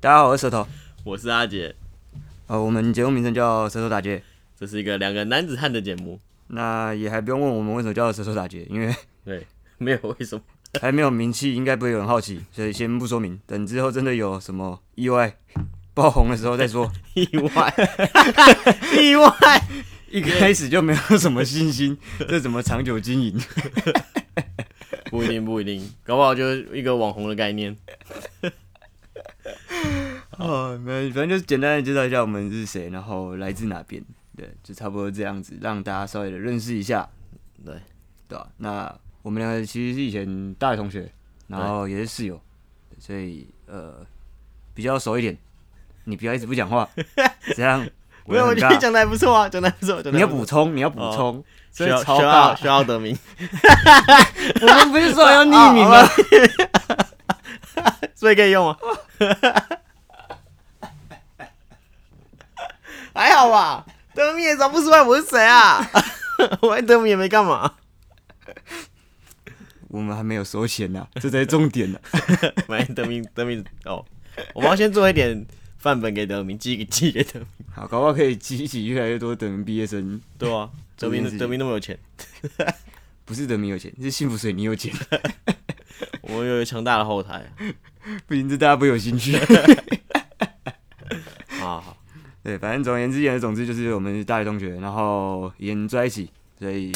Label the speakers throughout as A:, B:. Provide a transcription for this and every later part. A: 大家好，我是舌头。
B: 我是阿杰，
A: 呃，我们节目名称叫“舌头打劫
B: 这是一个两个男子汉的节目。”，
A: 那也还不用问我们为什么叫“舌头打劫”，因为
B: 对，没有为什么。
A: 还没有名气，应该不会有人好奇，所以先不说明，等之后真的有什么意外 爆红的时候再说。
B: 意外， 意外，
A: 一开始就没有什么 信心，这怎么长久经营？
B: 不一定，不一定，搞不好就是一个网红的概念。
A: 哦，没有，反正就是简单的介绍一下我们是谁，然后来自哪边，对，就差不多这样子，让大家稍微的认识一下，
B: 对，
A: 对吧、那我们两个其实是以前大学同学，然后也是室友，所以呃比较熟一点。你不要一直不 讲话，这样
B: 没有，我
A: 很
B: 觉得
A: 尬
B: 讲的哦还不错啊，讲的还不错。讲得
A: 你
B: 还
A: 要
B: 不
A: 补
B: 错，
A: 充，你要补 充，
B: 需
A: 所以
B: 要
A: 超
B: 需要
A: 尬。
B: 需要得名，
A: 我们不是说要匿 名吗？
B: 所以可以用啊。 还好吧，得名也找不出来我是谁啊。 我还得名也没干 嘛，
A: 我们还没有收钱呢，这才是重点呢。啊
B: 买得名得名哦。我们要先做一点范本给德明，寄给寄给德明。
A: 好，搞不好可以激起越来越多等名毕业生，
B: 对 啊，
A: 这
B: 德
A: 件
B: 明
A: 事
B: 德明那么有钱，
A: 不是等名有钱，是幸福水泥有钱。
B: 我们有一个强大的后台
A: 不行，这大家不有兴趣。
B: 啊。好
A: 对，反正总而言之，言而总之就是我们是大学同学，然后也住在一起，所以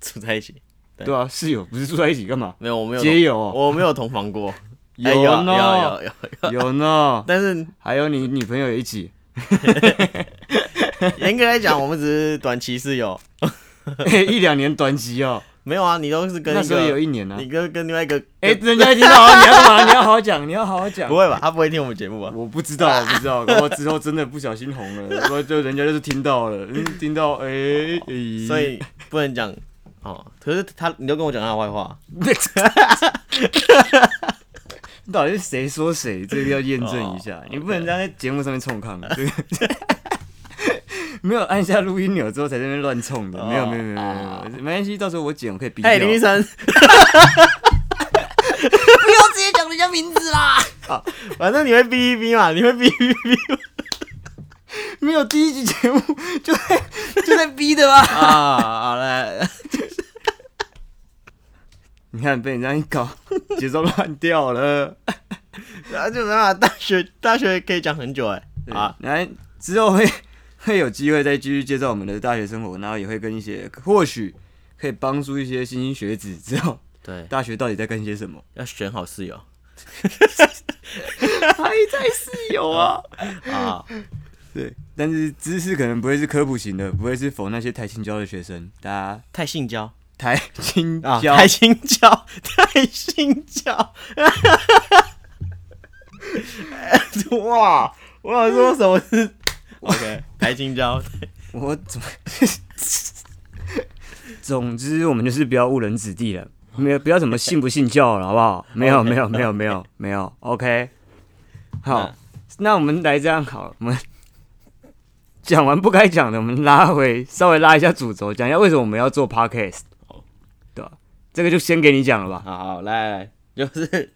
B: 住在一起，对
A: 对啊，室友不是住在一起干嘛？
B: 没有，我没有
A: 街
B: 同，
A: 友 哦，
B: 我没有同房过。哎有
A: 有
B: 啊有啊有
A: 呢
B: 啊，有啊，
A: 有呢，
B: 但是
A: 还有你女朋友也一 起，
B: 严格来讲，我们只是短期室友，
A: 一两年短期哦，
B: 没有啊，你都是跟
A: 那
B: 一
A: 时候也有
B: 个，啊
A: 一年呢。啊
B: 你跟跟另外一个，
A: 哎，人家一听 到你要干嘛？你要好好讲，你要好好讲
B: 不。会吧？他不会听我们节目吧？
A: 我不知道，我不知道，我之后真的不小心红 了，我就人家就是听到了，嗯听到哎，哎
B: 所以不能讲哦。可是他，你都跟我讲他的坏话，
A: 到底是谁说谁，这个要验证一下，
B: 哦
A: 你不能这样在节目上面冲康。这个 没有按下录音钮之后才在那边乱冲的，
B: 哦
A: 没有没有没有没有没有，没关系，到时候我剪我可以逼掉。
B: 哎，林医 生，
A: 不要直接讲人家名字啦！
B: 反正你会哔一哔嘛，你会哔一哔
A: 没有第一集节目 就在就在逼的啊！
B: 啊。好了，
A: 你看被你这样一搞，节奏乱掉 了。
B: 然后就没办法，大学大学可以讲很久哎
A: 对
B: 啊，，
A: 来之后会会有机会再继续介绍我们的大学生活，然后也会跟一些或许可以帮助一些新兴学子知 道
B: 对，
A: 大学到底在干些什么。
B: 要选好室友
A: 还在室友 啊，
B: 啊。
A: 对，但是知识可能不会是科普型的，不会是否那些台青交的学生，大家
B: 太性交
A: 台青
B: 啊，
A: 交、
B: 太性交， 太性交， 哇！我想说什么是 OK 台青交，
A: 我怎么？总之，我们就是不要误人子弟了，没有不要怎么信不信教了，好不好？没有，没有，没有，没有，没有。OK，好
B: 嗯，
A: 那我们来这样好了，我们 讲完不该讲的，我们拉回，稍微拉一下主轴，讲一下为什么我们要做 Podcast，
B: 好
A: 对吧？这个就先给你讲了吧。
B: 好好来来，就是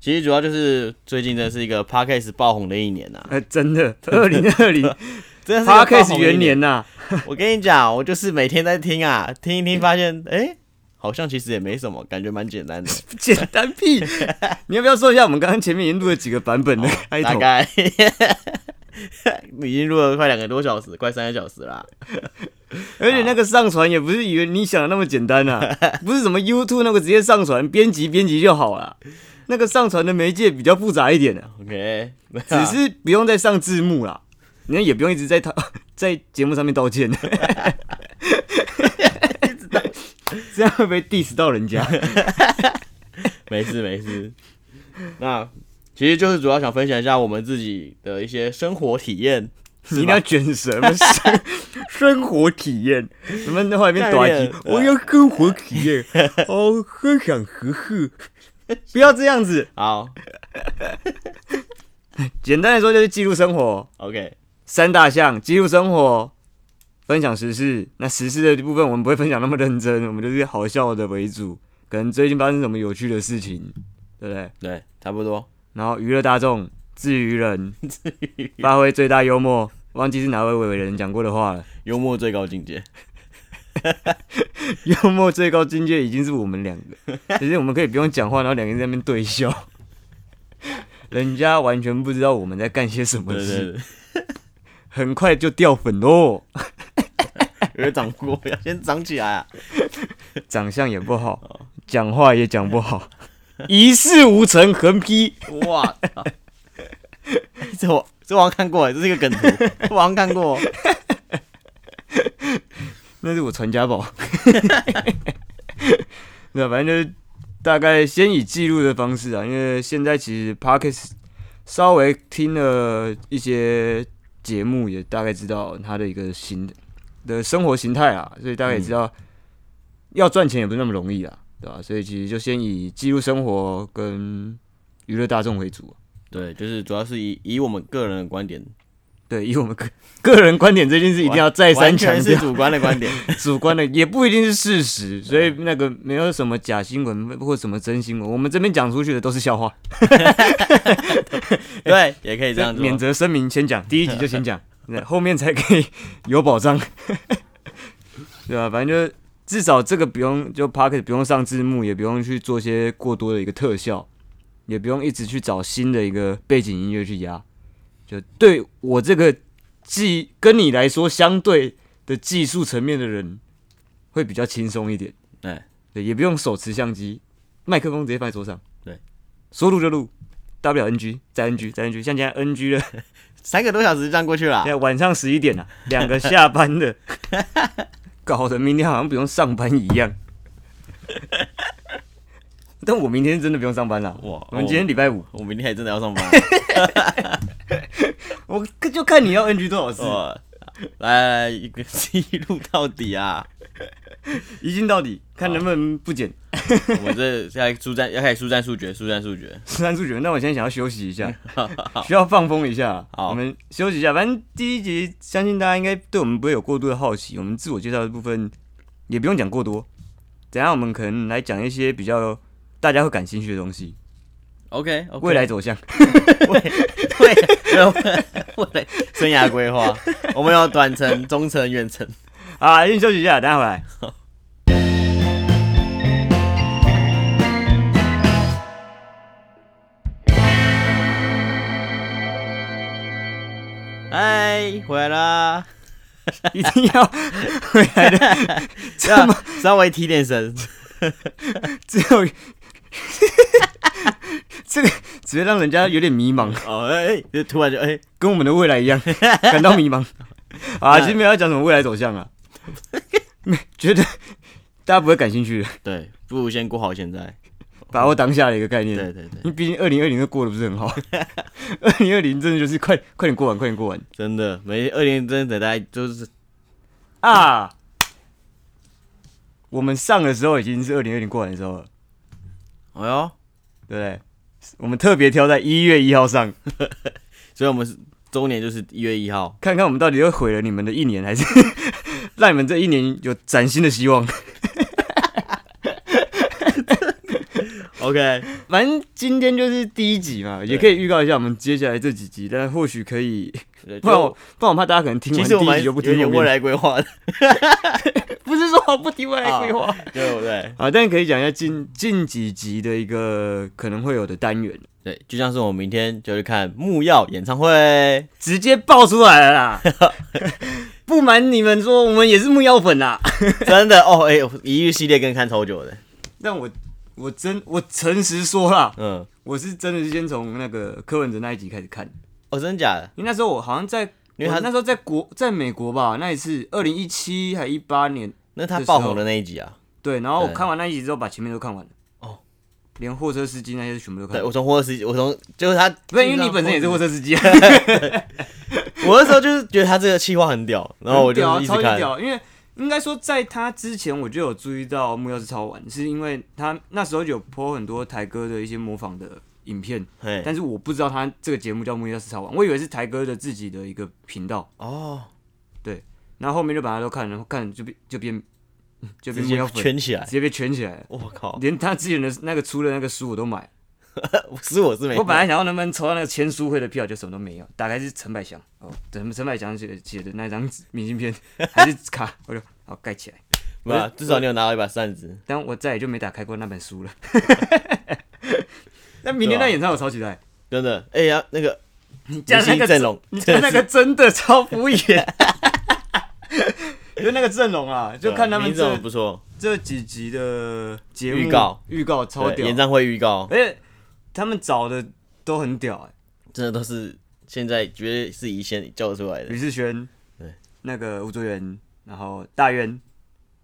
B: 其实主要就是最近真的是一个 podcast 爆红的一年呐、啊，
A: 呃，真的，二零二 零
B: 真的是一个爆
A: Podcast
B: 红的一
A: 元年。呐、
B: 我跟你讲，我就是每天在听啊，听一听，发 现哎、诶好像其实也没什么，感觉蛮简 单的，
A: 简单屁！ 你要不要说一下我们刚刚前面已经录了几个版本的开
B: 大
A: 头？
B: 概 已经录了快两个多小时，快三个小时啦。
A: 而且那个上传也不是以为你想的那么简单呐、 不是什么 YouTube 那个直接上传，编辑编辑就好了。那个上传的媒介比较复杂一点的、啊
B: OK，
A: 只是不用再上字幕啦，你也不用一直在他 在节目上面道歉，这样会不会 diss 到人家？
B: 没事没事。 那其实就是主要想分享一下我们自己的一些生活体验，
A: 你一定要卷舌，不是生生活体验。什么那后面短
B: 概
A: 题
B: 念，
A: 我要生活体验，哦，很想呵呵。不要这样子，
B: 好
A: 简单来说就是记录生活
B: ，OK，
A: 三大项：记录生活、分享时事。那时事的部分我们不会分享那么认真， 我们就是好笑的为主，可能最近发生什么有趣的事情，对不对？
B: 对，差不多。
A: 然后娱乐大众，至于 人，发挥最大幽默，忘记是哪位伟伟人讲过的话了。
B: 幽默最高境界。
A: 幽默最高境界已经是我们两个，其实我们可以不用讲话，然后两个人在那边对笑， 人家完全不知道我们在干些什么
B: 对
A: 事，
B: 对对，
A: 很快就掉粉喽，
B: 有人长过，要先长起来啊！
A: 长相也不好，讲话也讲不好，一事无成，横批。
B: 哇，操哎 这我这我好像看过，哎，这是一个梗图，这我好像看 过。哦
A: 那是我传家宝。 那反正就是大概先以记录的方式啊，因为现在其实 Parkes 稍微听了一些节目，也大概知道他的一个形的生活形态啊，所以大概也知道要赚钱也不是那么容易啊，对吧、所以其实就先以记录生活跟娱乐大众为主啊、
B: 对，就是主要是以以我们个人的观点，
A: 对，以我们个个人观点这件事一定要再三
B: 完
A: 强
B: 全
A: 调
B: 是，主观的观 点。
A: 主观的，也不一定是事实，所以那个没有什么假新闻或什么真新闻，我们这边讲出去的都是笑话。
B: 对，也可以这样哦
A: 免
B: 做。
A: 责声明 先讲，第一集就先讲，对后面才可以有保障， 对吧、啊反正就至少这个不用就 p o c k e t 不用上字幕，也不用去做些过多的一个特效，也不用一直去找新的一个背景音乐去压。就对我这个技跟你来说相对的技术层面的人，会比较轻松一点。
B: 哎，
A: 对，也不用手持相机，麦克风直接放在桌上，
B: 对，
A: 说录就录，大不了 NG，再 NG，再 NG，像现在 NG 了，
B: 三个多小时就这样过去了啊
A: 现。在晚上十一点了、两个下班的， 搞得明天好像不用上班一样。 但我明天真的不用上班了。
B: 哇
A: 我们今天礼拜五，
B: 我明天还真的要上班。啊
A: 我就看你要 NG 多少次，
B: 哇，来来来，一个一路到底啊！
A: 一镜到底，看能不能不剪。
B: 我们这现在速战要开始速战速决，速战速决。
A: 十三数九，那我现在想要休息 一下，需要放风一下。
B: 好
A: 我们休息一下。反正第一集，相信大家应该对我们不会有过度的好奇。我们自我介绍的部分也不用讲过多。等一下我们可能来讲一些比较大家会感兴趣的东西，
B: OK，, o k
A: 未来走向。
B: 对，未来生涯规 划，我们有短程、中程、远程。
A: 啊，先休息一下，等一下回 来。
B: 哎，回来啦！
A: 一定要回来的，这
B: 要
A: 么
B: 稍微提点神，
A: 只有 这个只会让人家有点迷茫，
B: 哦，哎，就突然就哎，
A: 跟我们的未来一样感到迷茫。啊，
B: 那
A: 其实没有要讲什么未来走向啊， 没觉得大家不会感兴趣的，
B: 对，不如先过好现在。
A: 把握当下的一个概念。
B: 对对对，
A: 因为毕竟二零二零都过得不是很好，二零二零真的就是快快点过完，快点过完
B: 真的，没二零真的大家就是
A: 啊！我们上的时候已经是二零二零过完的时候了。
B: 哎呦，
A: 对不对？我们特别挑在一月一号上，
B: 所以我们是周年就是一月一号，
A: 看看我们到底又毁了你们的一年，还是 让你们这一年有崭新的希望。
B: OK，
A: 反正今天就是第一集嘛，也可以预告一下我们接下来这几集，但或许 可以， 不然我不然我怕大家可能听
B: 其
A: 完
B: 实我
A: 第一
B: 们
A: 集就不
B: 有
A: 听
B: 点
A: 后
B: 未
A: 面，
B: 来规划的，
A: 不是说我不听未
B: 啊
A: 来规划
B: 对不对？
A: 啊，但可以讲一下近近几集的一个可能会有的单元，
B: 对，就像是我们明天就去看木曜演唱 会，
A: 直接爆出 来了啦！不瞒你们说，我们也是木曜粉啊啦。
B: 真的哦，哎、一日系列跟看超久的，
A: 但我我真我诚实说啦，
B: 嗯，
A: 我是真的是先从那个柯文哲那一集开始看，
B: 哦，真的假的？
A: 因为那时候我好像在，
B: 因为他
A: 我那时候在国在美国吧，那一次二零一七还一八年，
B: 那他爆红的那一集啊，
A: 对，然后我
B: 对
A: 看完那一集之后，把前面都看完了，
B: 哦，
A: 连货车司机那些全部都看
B: 对
A: 完
B: 我，从火车司机，我从就是他，
A: 嗯不是因为你本身也是货车司机啊，
B: 我那时候就是觉得他这个气划很屌， 然后我就
A: 很屌啊
B: 一直
A: 超级
B: 看，
A: 屌，因为应该说在他之前我就有注意到木曜是超玩，是因为他那时候有 po 很多台哥的一些模仿的影片，
B: 嘿，
A: 但是我不知道他这个节目叫木曜是超玩，我以为是台哥的自己的一个频道。
B: 哦，
A: 然后后面就把他都看，然后看就变就变就变
B: 直
A: 木
B: 接
A: 曜粉，
B: 圈起来
A: 直，接被圈起来了，
B: 我靠，
A: 连他之前的那个出的那个书我都买，
B: 是我是没有，
A: 我本来想要能不能抽到那个签书会的票，就什么都没有，打开是陈百祥哦，陈陈百祥写写的那张纸明信片还是卡，我就好盖起来。
B: 不啊，至少你有拿到一把扇子。
A: 但我再也就没打开过那本书了。但明天那演唱会我超期待，
B: 真的，哎、呀，那个
A: 你加
B: 明
A: 那
B: 星
A: 个
B: 阵容，
A: 你看那个真的超敷衍，就那个阵容啊，就看他们
B: 这种
A: 这
B: 不错，
A: 这几集的节目
B: 预告，
A: 预告超
B: 对
A: 屌，
B: 演唱会预告，
A: 而且他们找的都很屌哎、
B: 真的都是现在绝对是一线叫出来的
A: 吕。志轩，
B: 对，
A: 那个吴卓源，然后大渊，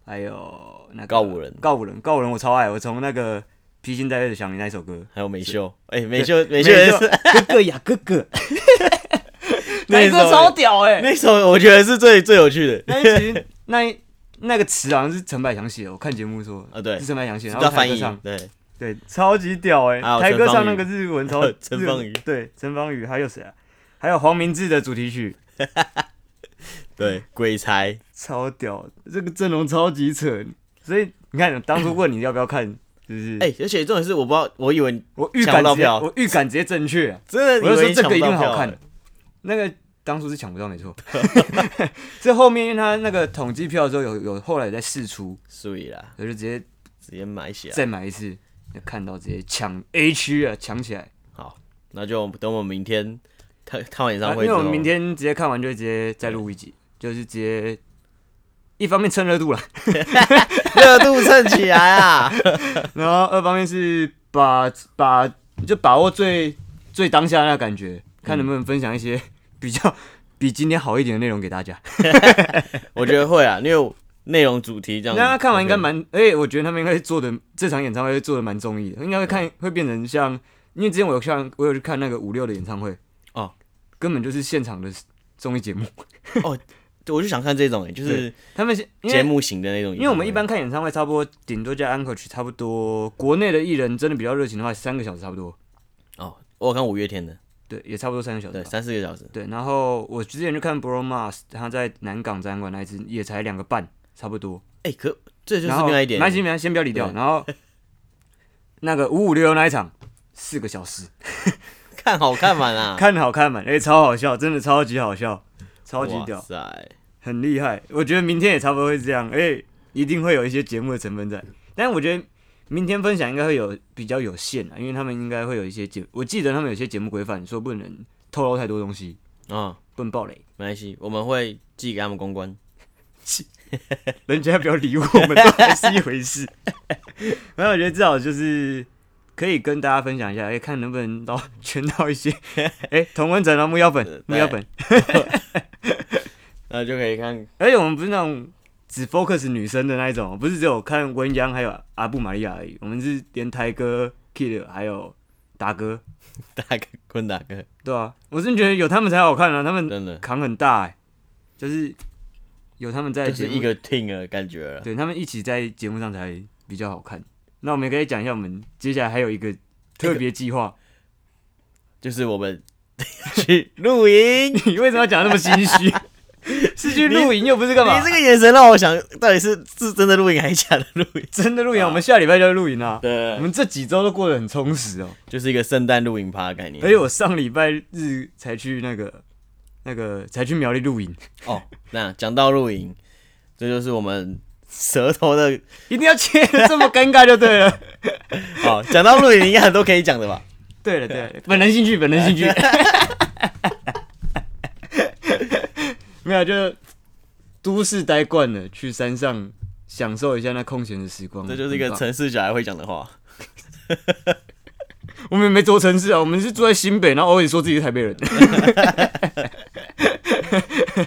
A: 还有那个
B: 告五人
A: 告五人，告五人我超爱，我从那个《披星戴月的想你》那首歌，
B: 还有美秀，哎、美 秀，美
A: 没
B: 秀也是
A: 哥哥呀哥哥，
B: 那一
A: 那
B: 首
A: 歌超屌哎、
B: 那首，我觉得是最最有趣的。
A: 那一集那一那个词好像是陈百强写的，我看节目说
B: 啊对
A: 是陈百强写的，
B: 是
A: 然后
B: 叫
A: 台
B: 翻
A: 哥
B: 译
A: 唱，，
B: 对，
A: 对，超级屌哎、
B: 还有
A: 台
B: 陈
A: 哥
B: 芳
A: 唱那
B: 宇
A: 个日文
B: 还
A: 超，
B: 有陈
A: 日文
B: 芳宇
A: 对，陈芳宇还有谁啊？还有黄明志的主题曲，嗯
B: 对，鬼才，
A: 超屌，这个阵容超级扯。所以你看，当初问你要不 要看，就是
B: 哎、而且重点是我不知道，我以为你
A: 我预
B: 抢
A: 感
B: 不到
A: 直接，
B: 票
A: 我预感直接正确啊、
B: 真的
A: 我
B: 以为
A: 就说
B: 你
A: 这
B: 抢
A: 个
B: 不
A: 一
B: 到
A: 定
B: 票
A: 好看
B: 了。。
A: 那个当初是抢不到，没错。 这后面因为他那个统计票的时候有有后来有在试出，
B: 所以啦，
A: 我就直接
B: 直接买起来。
A: 再买一次，就看到直接抢 A 区啊，抢起来。
B: 好，那就等我们明天看看完演
A: 啊
B: 唱
A: 因
B: 会之
A: 为
B: 后，
A: 我们明天直接看完就直接再录一集，就是直接一方面蹭热度了，
B: 热度蹭起来 啊！
A: 然后二方面是把把就把握最最当下的那感觉，看能不能分享一些 比较比今天好一点的内容给大家。
B: 我觉得会啊，因为内容主题这样
A: 那
B: 子，
A: 他看完应该
B: 我觉
A: 蛮，而且我觉得他们应该做的这场演唱会做的蛮综艺的，应该会看会变成像，因为之前我有看我有去看那个五六的演唱会，
B: 哦，
A: 根本就是现场的综艺节目。
B: 得，我就想看这种、欸，就是
A: 他们是因为
B: 节目型的那种。
A: 因为我们一般看演唱会，差不多顶多加 anchor 曲，差不多国内的艺人真的比较热情的话，三个小时差不多，
B: 哦，我有看五月天的，
A: 对，也差不多三个小时
B: 对，
A: 吧。
B: 三四个小时，
A: 对，然后我之前去看 Bro Mars，他在南港展馆那一支也才两个半，差不多。
B: 哎、可这就是
A: 然后
B: 另外一点
A: 没，关系，没关系，先不要理掉。
B: 对
A: 然后那个五五六六那一场，四个小时，
B: 看好看满啊，
A: 看好看满，哎、超好笑，真的超级好笑，超级
B: 哇
A: 屌，
B: 塞，
A: 很厉害。我觉得明天也差不多会这样，哎、一定会有一些节目的成分在，但我觉得。明天分享应该会有比较有限啊，因为他们应该会有一些节，我记得他们有些节目规范说不能透露太多东西，
B: 嗯，
A: 不能爆雷。
B: 没关系，我们会寄给他们公关。
A: 人家不要理我们，都还是一回事。 反正我觉得至少就是可以跟大家分享一下，哎、看能不能到圈到一些， 哎、同温层啊，木药
B: 呃
A: 粉，木药粉。
B: 那就可以看
A: 而且我们不是那种只 focus 女生的那一种，不是只有看文阳还有阿布玛利亚而已，我们是连台哥、Kid 还有达哥，
B: 大哥坤大哥，
A: 对啊，我是觉得有他们才好看啊，他们
B: 真的
A: 扛很大、哎，就是有他们在
B: 就是
A: 节目
B: 一个 team 的感觉了。
A: 对他们一起在节目上才比较好看。那我们也可以讲一下，我们接下来还有一个特别计划。
B: 就是我 们去露营。
A: 你为什么要讲得那么心虚？ 是去露营又不是干嘛？
B: 你这个眼神让我想到底是是真的露营还是假的露营？
A: 真的露营啊，我们下礼拜就要露营啊。我
B: 对，
A: 们这几周都过得很充实哦。
B: 就是一个圣诞露营趴的概念。
A: 而且我上礼拜日才去那个那个才去苗栗露营，
B: 哦，那讲到露营，这就是我们舌头的
A: 一定要切的这么尴尬就对了。
B: 哦。讲到露营，应该很多可以讲的吧？
A: 对了对了，本人兴趣，本 人兴趣。没有，就是都市待惯了，去山上享受一下那空闲的时光。
B: 这就是一个
A: 很棒，
B: 城市小孩会讲的话。
A: 我们也没走城市啊，我们是住在新北，然后偶尔说自己是台北人。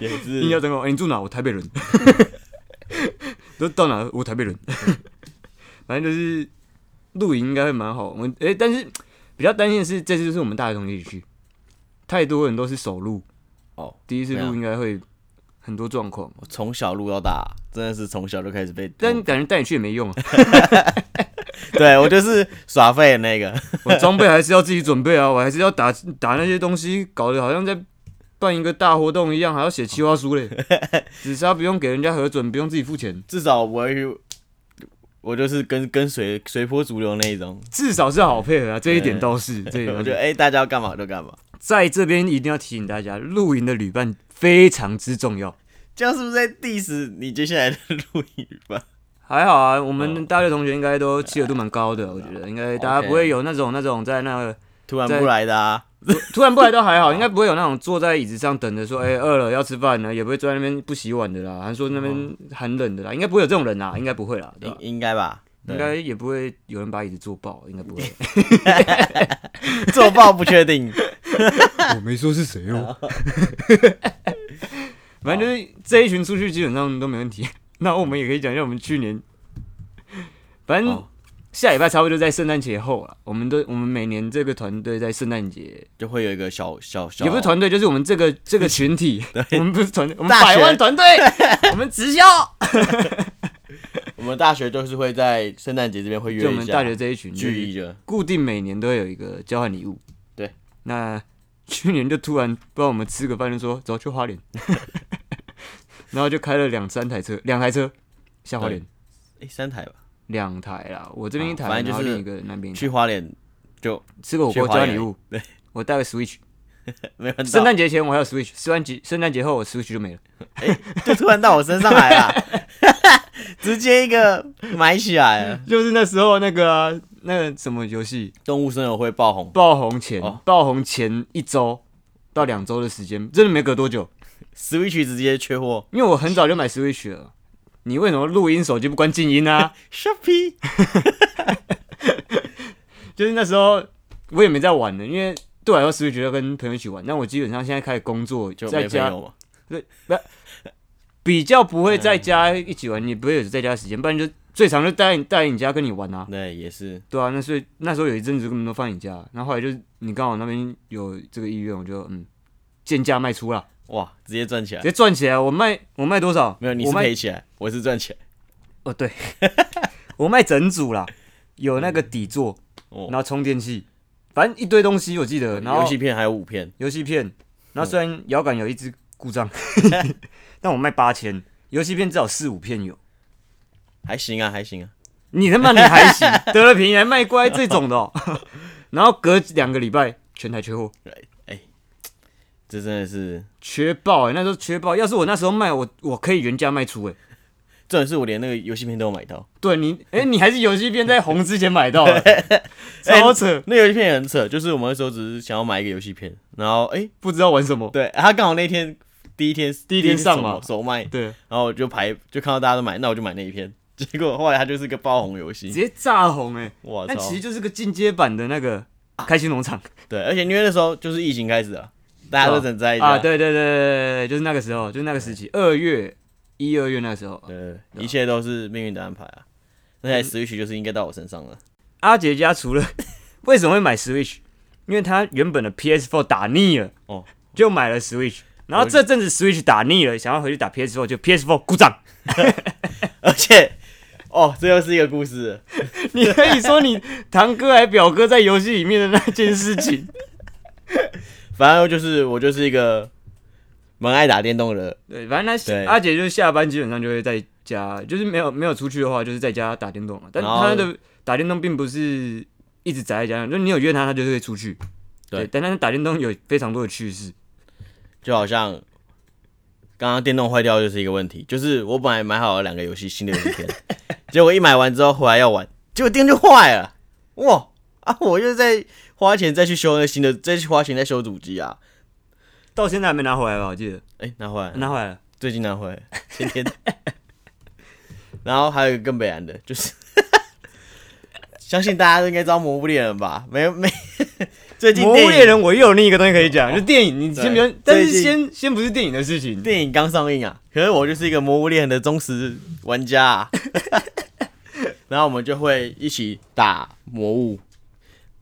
B: 也
A: 你要
B: 是，
A: 等我，哎你住哪？我台北人。 都到哪？我台北人。 反正就是露营应该会蛮好。我们哎、但是比较担心的是，这次就是我们大学同学一起去，太多人都是首录。
B: 哦，
A: 第一次
B: 对啊
A: 录应该会很多状况，
B: 我从小露到大，真的是从小就开始被。
A: 但感觉带你去也没用啊，
B: 对我就是耍废的那个。
A: 我装备还是要自己准备啊，我还是要打打那些东西，搞得好像在办一个大活动一样，还要写企划 书嘞。紫砂不用给人家核准，不用自己付钱，
B: 至少我会去，我就是跟跟随随波逐流那一种。
A: 至少是好配合啊，这一点 倒是，这一点
B: 我
A: 倒
B: 觉
A: 是
B: 得哎、大家要干嘛就干嘛，
A: 在这边一定要提醒大家，露营的旅伴非常之重要。
B: 这样是不是在 diss 你接下来的录音 吧？
A: 还好啊，我们大学同学应该都契合度蛮高的，我觉得应该大家
B: OK
A: 不会有那种那种在那个
B: 突然不来的啊，
A: 突然不来都还好，应该不会有那种坐在椅子上等着说，哎、饿了要吃饭了，也不会坐在那边不洗碗的啦，还说那边寒冷的啦，应该不会有这种人啦，应该不会啦，对吧啊
B: 应？应该吧？
A: 应该也不会有人把椅子坐爆，应该不会。
B: 做报不确定。
A: 我没说是谁哦。反正就是这一群出去基本上都没问题。 那我们也可以讲一下我们去年，反正
B: 好
A: 下礼拜差不多就在圣诞节后啊了。我们都我们每年这个团队在圣诞节，
B: 就会有一个小小小，
A: 也不是团队，就是我们这个这个群 体， 我们不是团队，我们
B: 大
A: 百
B: 学
A: 万团队，我们直销，
B: 我们大学就是会在圣诞节这边会约一
A: 就
B: 下，
A: 我们大学这一群
B: 聚一个，
A: 固定每年都会有一个交换礼物。
B: 对，
A: 那去年就突然不知道我们吃个饭就说走去 花莲， 然后就开了两三台车，两台车下花莲，
B: 哎，三台吧，
A: 两台啦，我这边一台，
B: 好啊反正就是
A: 然后另一个那边一台
B: 去花莲就
A: 吃个火锅
B: 去花
A: 交
B: 莲
A: 换礼物。
B: 对，
A: 我带了 Switch，
B: 没有
A: 圣
B: 到，
A: 诞节前我还有 Switch，圣诞节圣诞节后我 Switch 就没了。
B: 就突然到我身上来了， 直接一个买起来了。
A: 就是那时候那个啊、那个什么游戏
B: 动物森友会爆红，
A: 爆红前，
B: 哦
A: 爆红前一周到两周的时间，真的没隔多久，
B: Switch 直接缺货，
A: 因为我很早就买 Switch 了。你为什么录音手机不关静 音啊？
B: s h o p p
A: 就是那时候我也没在玩呢，因为对我来说 Switch 要跟朋友一起玩。那我基本上现在开始工作，
B: 就
A: 在
B: 没朋
A: 家
B: 友嘛。
A: 比较不会在家
B: 哎
A: 一起玩，你不会有在家时间，不然就最常就待在你待在你家跟你玩啊。
B: 对，也是，
A: 对啊，那所以那时候有一阵子根本都放你家，然后后来就是你刚好那边有这个意愿，我就嗯贱价卖出了，
B: 哇，直接赚起
A: 直
B: 来。
A: 接赚起来。我卖我卖多少？
B: 哎没有，你
A: 我
B: 是
A: 卖
B: 赔起来，我是赚钱。
A: 哦对， 我卖整组啦，有那个底座，
B: 哦
A: 然后充电器，反正一堆东西我记得，然后
B: 游戏片嗯还有五片，
A: 游戏片，然后虽然摇杆有一只故 障，但我卖八千，游戏片至少四五片有。
B: 还行啊，还行啊。
A: 你他妈你还行， 得了便宜还卖乖这种的、哦， 然后隔两个礼拜全台缺货，
B: 这真的是，
A: 缺爆哎、那时候缺爆。要是我那时候卖，我我可以原价卖出哎、
B: 重点是我连那个游戏片都有买到。
A: 对你哎、你还是游戏片在红之前买到的，超扯，
B: 那游戏片也很扯，就是我们那时候只是想要买一个游戏片，然后哎、
A: 不知道玩什么。
B: 对，他刚好那天第一天
A: 第一天上嘛
B: 嘛首卖，
A: 对，
B: 然后我就排就看到大家都买，那我就买那一片。 结果后来它就是个爆红游
A: 直
B: 戏，
A: 接炸红哎、
B: 哇
A: 那
B: 操
A: 其！实就是个进阶版的那个开心农场
B: 对，而且因为那时候就是疫情开始了，大家都整在一起
A: 啊，对对对对对对，就是那个时候，就是那个时期，二月一二月那时候，
B: 对，一切都是命运的安排啊。那台 Switch 就是应该到我身上了。
A: 阿杰家除了为什么会买 Switch，因为他原本的 PS4 打腻了，
B: 哦
A: 就买了 Switch。然后这阵子 Switch 打腻了，想要回去打 PS4，就 PS4 故障。
B: 而且，哦，这又是一个故事。
A: 你可以说你堂哥还表哥在游戏里面的那件事情，
B: 反正就是我就是一个蛮爱打电动的，
A: 对，反正
B: 对
A: 他阿杰就是下班基本上就会在家，就是没有没有出去的话，就是在家打电动嘛。但
B: 然后
A: 他的打电动并不是一直宅在家，就是你有约他，他就会出去。
B: 对
A: 但他打电动有非常多的趣事，
B: 就好像刚刚电动坏掉就是一个问题，就是我本来买好了两个游戏新的游戏 片，结果一买完之后回来要玩，结果电就坏了，哇啊！我就在花钱再去修那新的，再去花钱再修主机啊。
A: 到现在还没拿回来吧？我记得
B: 哎、拿回来了，
A: 拿回来了。
B: 最近拿回来，前天。 然后还有一个更北岸的，就是相信大家都应该知道《魔物猎人》吧？没有没，最近
A: 魔
B: 电
A: 物
B: 影
A: 猎人，我又有另一个东西可以讲，就电影。你
B: 对
A: 先不要，但是
B: 最近
A: 先先不是电影的事情，
B: 电影刚上映啊，可是我就是一个《魔物猎人》的忠实玩家、啊， 然后我们就会一起打魔物，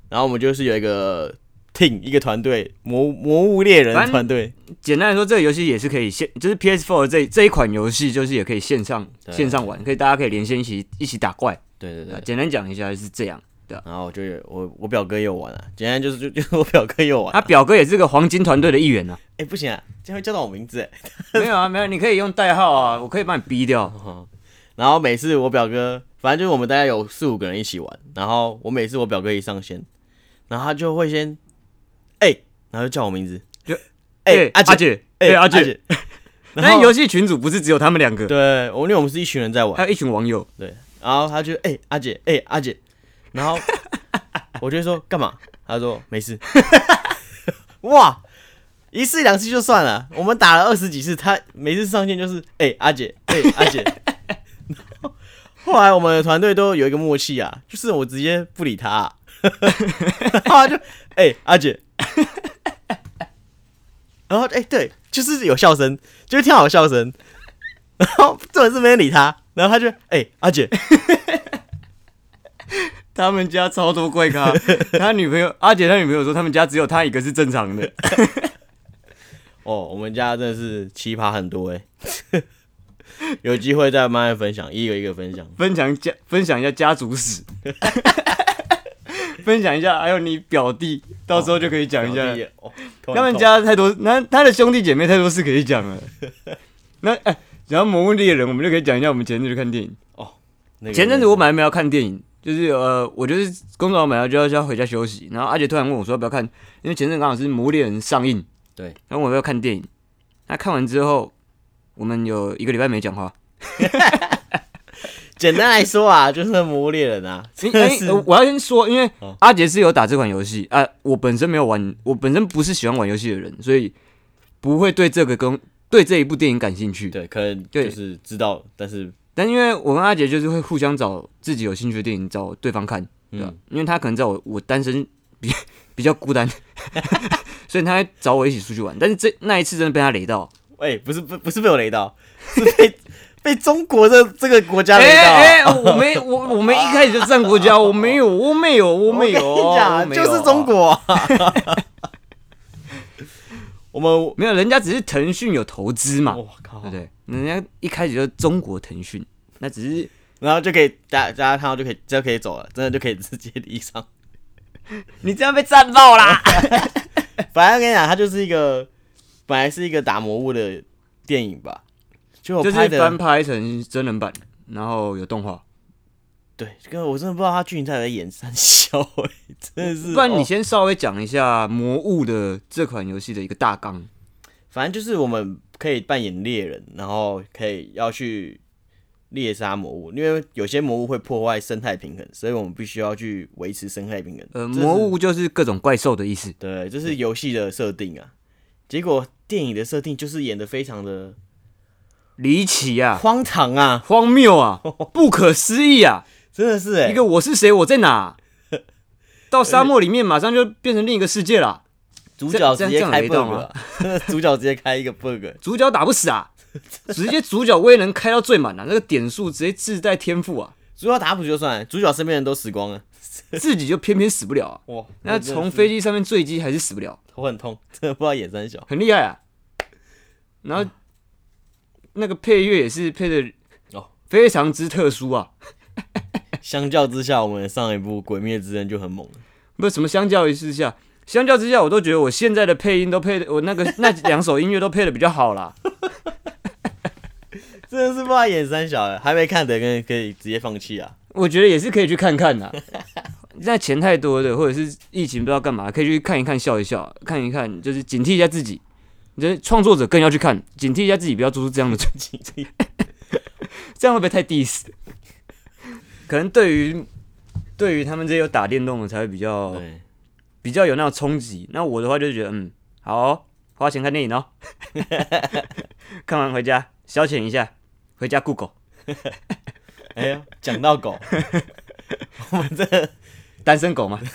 B: 然后我们就是有一个 team 一个团队，魔魔物猎人团队，
A: 简单来说，这个游戏也是可以线，就是 PS4 这这一款游戏，就是也可以线上
B: 对
A: 线上玩，可以大家可以连线一起一起打怪。
B: 对对
A: 啊。简单讲一下是这样。
B: 然后我就有我我表哥也有玩啊，简单就是就就是我表哥也有玩、
A: 他表哥也是个黄金团队的一员 啊。
B: 哎、不行啊，这样会叫到我名字哎。
A: 没有啊，没有，你可以用代号啊，我可以把你逼掉。
B: 然后每次我表哥，反正就是我们大概有四五个人一起玩，然后我每次我表哥一上线，然后他就会先，哎、然后就叫我名字，
A: 就
B: 哎、阿
A: 阿
B: 姐，
A: 姐，
B: 哎、
A: 哎阿姐，
B: 姐，然
A: 那
B: 后
A: 游戏群组不是只有他们两个，
B: 对，我因为我们是一群人在玩
A: 还，有一群网友，
B: 对，然后他就哎、阿姐，哎、阿姐，然后我就会说干嘛？他说没事，哇。一次两次就算了，我们打了二十几次，他每次上线就是哎、阿姐，哎、阿姐，后来我们的团队都有一个默契啊，就是我直接不理他、啊，然后他就哎、阿姐，然后哎、对，就是有笑声，就是听好笑声，然后这人是没人理他，然后他就哎、阿姐，
A: 他们家超多怪 咖，他女朋友阿姐，他女朋友说他们家只有他一个是正常的，
B: 哦，我们家真的是奇葩很多哎、 有机会再慢慢分享，一个一个分享。
A: 分享家分享一下家 族史，分享一下，还有你表弟，到时候就可以讲一下。
B: 哦，
A: 他们家太多，那他的兄弟姐妹太多事可以讲 了。那哎、然后《魔物猎人》，我们就可以讲一下我们前阵子去看电影。前阵子我
B: 买
A: 本来没有要看电影，就是呃，我就是工作完买了就要就要回家休息，然后阿姐突然问我说要不要看，因为前阵子刚好是《魔物猎人》上映，
B: 对，
A: 然后我要不要看电影。那看完之后，我们有一个礼拜没讲话。
B: 简单来说啊，就是《魔物猎人》 啊，真
A: 因
B: 的
A: 为
B: 是、
A: 呃我要先说，因为
B: 哦
A: 阿杰是有打这款游戏啊，我本身没有玩，我本身不是喜欢玩游戏的人，所以不会对这个跟对这一部电影感兴趣。
B: 对，可能
A: 对
B: 就是知道，但是
A: 但因为我跟阿杰就是会互相找自己有兴趣的电影找对方看，对吧？
B: 嗯
A: 因为他可能知道我我单身比 比较孤单，所以他会找我一起出去玩。但是这那一次真的被他雷到，
B: 哎、不是不不是被我雷到， 是被被中国这这个国家
A: 哎
B: 雷到。
A: 哎、我没我我们一开始就站 国家，我没有我没有我
B: 我
A: 没有，哦
B: 跟你讲
A: 我没有
B: 就是中，国、啊 我们
A: 没有人家只是腾讯有投资嘛，
B: 我靠
A: 啊对不，对？人家一开始就中国腾讯，那只是
B: 然后就可以大大家看到就可以就可以走了，真的就可以直接离场。
A: 你这样被战爆啦。
B: 反正跟你讲，它就是一个本来是一个打魔物的电影吧，就我
A: 就是
B: 哦拍的
A: 翻拍成真人版，然后有动画。
B: 对，这个我真的不知道他剧情到底在演三小、欸， 真的是。
A: 不然你
B: 哦
A: 先稍微讲一下《魔物》的这款游戏的一个大纲。
B: 反正就是我们可以扮演猎人，然后可以要去猎杀魔物，因为有些魔物会破坏生态平衡，所以我们必须要去维持生态平衡。
A: 呃，
B: 这是
A: 魔物就是各种怪兽的意思。
B: 对，这是游戏的设定啊。结果电影的设定就是演的非常的
A: 离奇 啊，
B: 荒唐啊，
A: 荒 谬啊，不可思议啊！
B: 真的是哎、
A: 一个我是谁，我在 哪？到沙漠里面，马上就变成另一个世界啦。
B: 主
A: 这
B: 角
A: 这
B: 直
A: 样
B: 接
A: 这样
B: 开
A: 雷
B: bug，
A: 到
B: 啊、 主角直接开一个 bug，
A: 主角打不 死啊，直接主角威能开到最满啊，那个点数直接自带天赋啊，
B: 主角打不就算了，主角身边人都死光了，
A: 自己就偏偏死不了啊。
B: 哇，
A: 那从飞机上面坠机还是死不了，
B: 头很痛，真的不知道演三小，
A: 很厉害啊。然后那个配乐也是配的
B: 哦
A: 非常之特殊啊。
B: 相较之下，我们上一部《鬼灭之刃》就很猛了，
A: 不什么相较于之下，相较之下，我都觉得我现在的配音都配的，我那个那两首音乐都配的比较好啦。
B: 真的是不知道演三小了，还没看的跟可以直接放弃啊，
A: 我觉得也是可以去看 看啦。那钱太多的，或者是疫情不知道干嘛，可以去看一看，笑一笑，看一看，就是警惕一下自己。就是创作者更要去看，警惕一下自己，不要做出这样的 这样会不会太 diss？可能对于对于他们这些有打电动的才会比较
B: 对，
A: 比较有那种冲击。那我的话就觉得，嗯，好哦、花钱看电影哦， 看完回家消遣一下，回家 Google
B: 哎呀，讲到狗，我们这
A: 单身狗嘛。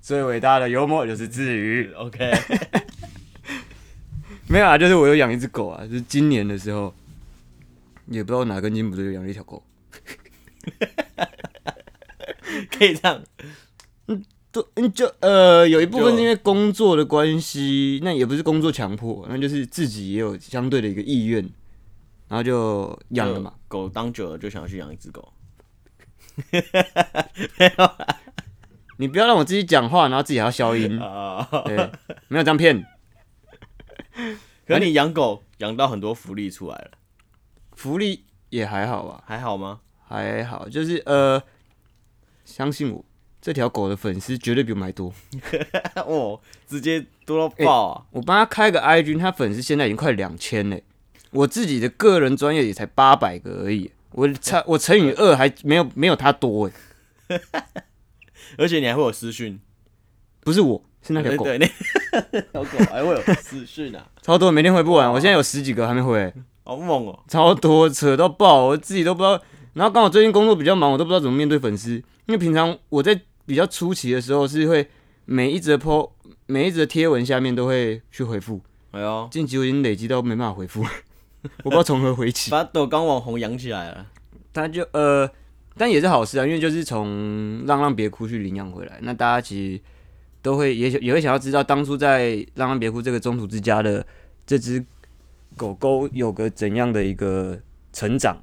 A: 最伟大的幽默就是自娱，
B: OK，
A: 没有啊，就是我有养一只狗啊，就是今年的时候，也不知道哪根筋不对，就养了一条狗。
B: 可以这样，
A: 对，嗯，就呃，有一部分是因为工作的关系，那也不是工作强迫，那就是自己也有相对的一个意愿，然后就养了嘛。
B: 就狗当久了就想要去养一只狗，
A: 你不要让我自己讲话，然后自己还要消 音，
B: 啊、
A: 嗯 对，没有这样骗。
B: 可是你养狗养到很多福利出来了，
A: 福利也还好啊吧，
B: 还好吗？
A: 还好，就是呃，相信我，这条狗的粉丝绝对比我们还多。
B: 哦，直接多到爆啊！
A: 我帮他开个 IG，他粉丝现在已经快两千嘞。我自己的个人专业也才八百个而已，我差我乘以二还没有没有他多哎，哎
B: 而且你还会有私讯，
A: 不是我是那条
B: 对
A: 狗，
B: 对，那 条狗还会哎有私讯啊，
A: 超多每天回不完，我现在有十几个还没回欸，
B: 好猛哦！
A: 超多扯到爆，我自己都不知道。然后刚好最近工作比较忙，我都不知道怎么面对粉丝，因为平常我在比较初期的时候是会每一则 po 每一则贴文下面都会去回复，
B: 哎呦，
A: 近期我已经累积到没办法回复了， 我不知道从何回起。
B: 把抖刚网红养起来了，
A: 他就呃，但也是好事啊，因为就是从浪浪别哭去领养回来，那大家其实都会也也会想要知道当初在浪浪别哭这个中途之家的这只狗狗有个怎样的一个成长，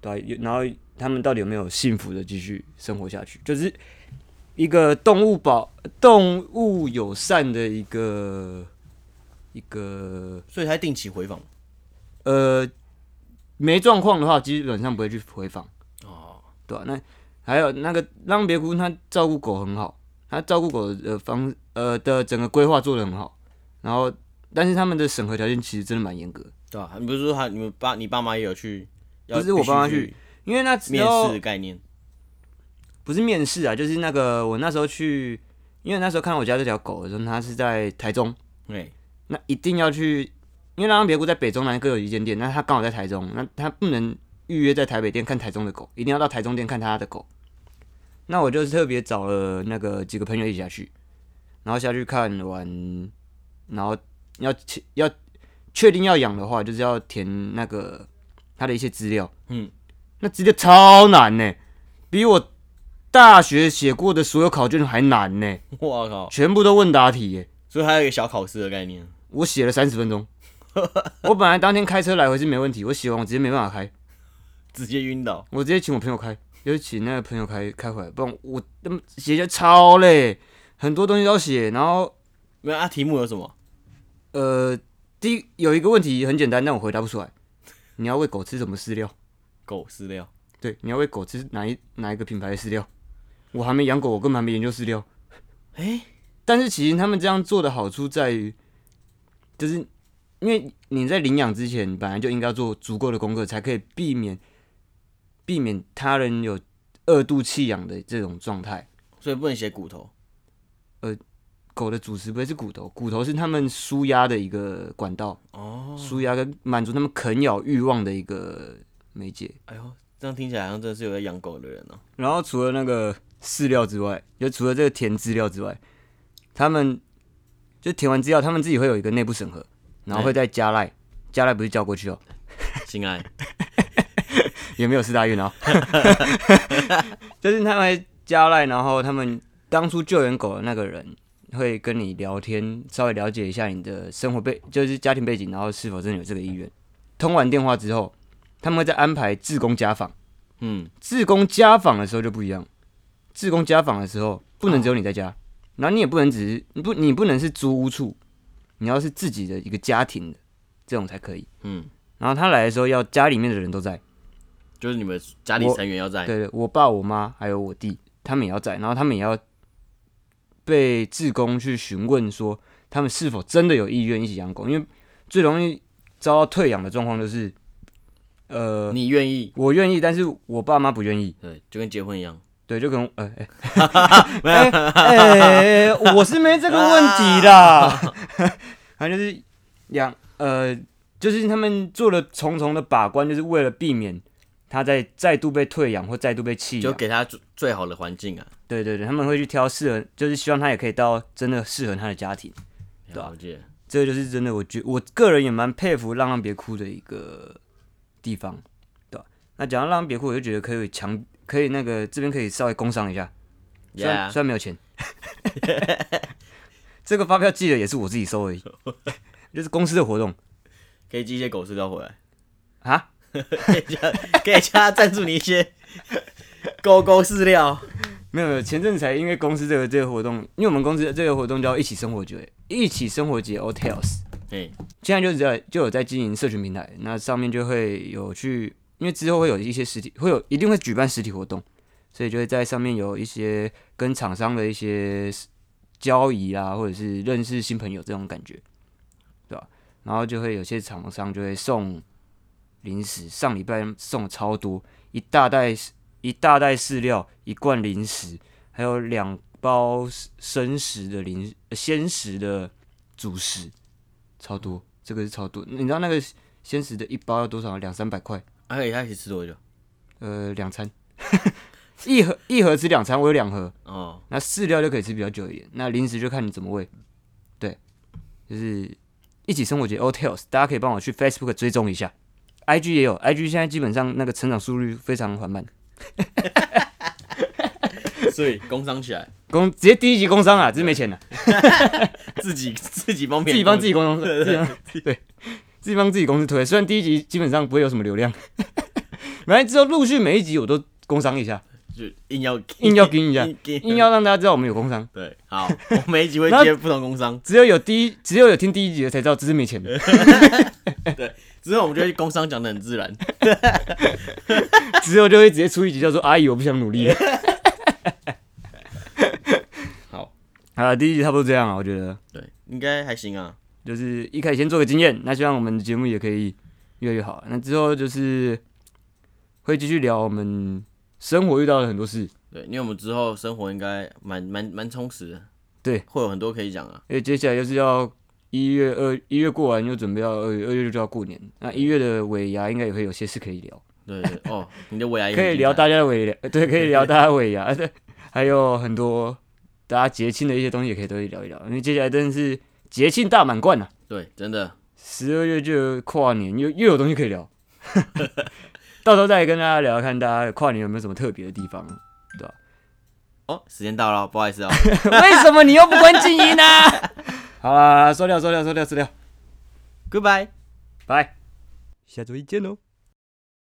A: 对、吧？有然后他们到底有没有幸福的继续生活下去，就是一个动物保动物友善的一个一个
B: 所以才定期回访。
A: 呃，没状况的话，基本上不会去回访。
B: 哦，
A: 对啊，那还有那个让别哭，他照顾狗很好，他照顾狗的方呃的整个规划做得很好，然后但是他们的审核条件其实真的蛮严格的，
B: 对啊，你不是说他你们爸你爸妈也有去？要
A: 不是我爸妈
B: 必须
A: 去因为那时
B: 面
A: 候
B: 试的概念，
A: 不是面试啊，就是那个我那时候去，因为那时候看我家这条狗的时候，它是在台中，
B: 对，
A: 那一定要去，因为浪浪别哭在北中南各有一间店，那他刚好在台中，那他不能预约在台北店看台中的狗，一定要到台中店看他的狗。那我就是特别找了那个几个朋友一起下去，然后下去看完，然后要确要确定要养的话，就是要填那个他的一些资料。
B: 嗯，
A: 那资料超难呢、比我大学写过的所有考卷还难呢、
B: 我靠，
A: 全部都问答题耶、
B: 所以还有一个小考试的概念，
A: 我写了三十分钟。我本来当天开车来回是没问题，我写完我直接没办法开，
B: 直接晕倒。
A: 我直接请我朋友开，就是请那个朋友开开回来，不然我他妈写就超累，很多东西都要写。然后
B: 没有啊，题目有什么？
A: 呃，第一有一个问题很简单，但我回答不出来。你要喂狗吃什么饲料？
B: 狗饲料，
A: 对，你要喂狗吃哪一哪一个品牌的饲料？我还没养狗，我根本还没研究饲料。
B: 哎、
A: 但是其实他们这样做的好处在于，就是因为你在领养之前，本来就应该做足够的功课，才可以避免避免他人有二度弃养的这种状态。
B: 所以不能写骨头。
A: 狗的主食不会是骨头，骨头是他们舒压的一个管道，
B: 哦，
A: 舒压跟满足他们啃咬欲望的一个媒介。
B: 哎呦，这样听起来好像真的是有在养狗的人哦、
A: 然后除了那个饲料之外，就除了这个填资料之外，他们就填完资料，他们自己会有一个内部审核，然后会再加赖，加赖不是叫过去哦，
B: 心爱，
A: 也没有四大运哦， 就是他们会加赖，然后他们当初救援狗的那个人会跟你聊天，稍微了解一下你的生活背，就是家庭背景，然后是否真的有这个意愿。通完电话之后，他们会再安排志工家访。
B: 嗯，
A: 志工家访的时候就不一样，志工家访的时候不
B: 啊
A: 能只有你在家，然后你也不能只是你不你不能是租屋处，你要是自己的一个家庭的这种才可以。
B: 嗯，
A: 然后他来的时候要家里面的人都在，
B: 就是你们家里
A: 我
B: 成员要在，
A: 对对，我爸、我妈还有我弟，他们也要在，然后他们也要被志工去询问说他们是否真的有意愿一起养狗，因为最容易遭到退养的状况就是，呃，
B: 你愿意，
A: 我愿意，但是我爸妈不愿意，
B: 对，就跟结婚一样。
A: 对，就可能呃， 哎哎哎哎我是没这个问题啦。
B: 啊
A: 反正就是养呃，就是他们做了重重的把关，就是为了避免他再再度被退养或再度被弃
B: 就
A: 养。
B: 给他最最好的环境啊，
A: 对对对，他们会去挑适合，就是希望他也可以到真的适合他的家庭。啊
B: 了解。
A: 这个就是真的，我觉我个人也蛮佩服《浪浪别哭》的一个地方，对吧？那讲到《浪浪别哭》，我就觉得可以强，可以那个这边可以稍微工商一下。虽然
B: Yeah，
A: 虽然没有钱， 这个发票寄的也是我自己收而已， 就是公司的活动
B: 可以寄一些狗饲料回来，
A: 啊。
B: 可以加可以加赞助你一 些狗狗饲料。
A: 没有没有，前阵子才因为公司这个这个活动，因为我们公司这个活动叫一起生活节，一起生活节 hotels，
B: 哎，
A: 现在就在就有在经营社群平台，那上面就会有去，因为之后会有一些实体，会有一定会举办实体活动，所以就会在上面有一些跟厂商的一些 s- 交易啊，或者是认识新朋友这种感觉，对吧？然后就会有些厂商就会送零食，上礼拜送超多，一大袋一大袋饲料，一罐零食，还有两包生食的零呃鲜食的主食，超多，这个是超多。你知道那个鲜食的一包要多少？两三百块，
B: 还啊有他一起吃多久？
A: 呃，两餐， 一盒一盒吃两餐，我有两盒。
B: 哦，
A: 那饲料就可以吃比较久一点，那零食就看你怎么喂。对，就是一起生活节 o t e l s 大家可以帮我去 Facebook 追踪一下，IG 也有，IG 现在基本上那个成长速率非常缓慢，
B: 所以工商起来，
A: 工直接第一级工伤啊，只是没钱了、
B: 自己自己方面
A: 自己帮自己工商，自己帮 对，自己帮自己公司推。虽然第一集基本上不会有什么流量， 反正之后陆续每一集我都工商一下，
B: 就硬要
A: 硬要盯 一下硬
B: 硬
A: 要让大家知道我们有工商。
B: 对，好，我每一 集会
A: 然后
B: 接不同工商，
A: 只有有第一，只有有听第一集的才知道这是没钱 的，
B: 之后我们就会工商讲的很自然，
A: 之后就会直接出一集叫做“阿姨，我不想努 力了”。
B: 好，
A: 啊，第一集差不多这样啊，我觉得
B: 对，应该还行啊，
A: 就是一开始先做个经验，那希望我们的节目也可以越来越好。那之后就是会继续聊我们生活遇到的很多事，
B: 对，因为我们之后生活应该蛮蛮蛮充实的，
A: 对，
B: 会有很多可以讲啊，
A: 因为接下来就是要一月二一月过完，又准备要二月，二月就要过年。那一月的尾牙应该也会有些事可以聊，
B: 对对对哦，你的未来也
A: 可
B: 很
A: 以
B: 精
A: 聊
B: 彩
A: 大家的尾牙， 呃对，可以聊大家的尾牙， 对，还有很多大家节庆的一些东西也可以都可以聊一聊。因为接下来真的是节庆大满贯啊，
B: 对，真的
A: 十二月就跨年，又又有东西可以聊， 到时候再跟大家聊聊看大家跨年有没有什么特别的地方。
B: 哦，时间到了，不好意思哦，
A: 为什么你又不关静音呢、 好啦，收掉，收掉，收掉，收掉，
B: ，Goodbye。
A: 拜，下周一见喽。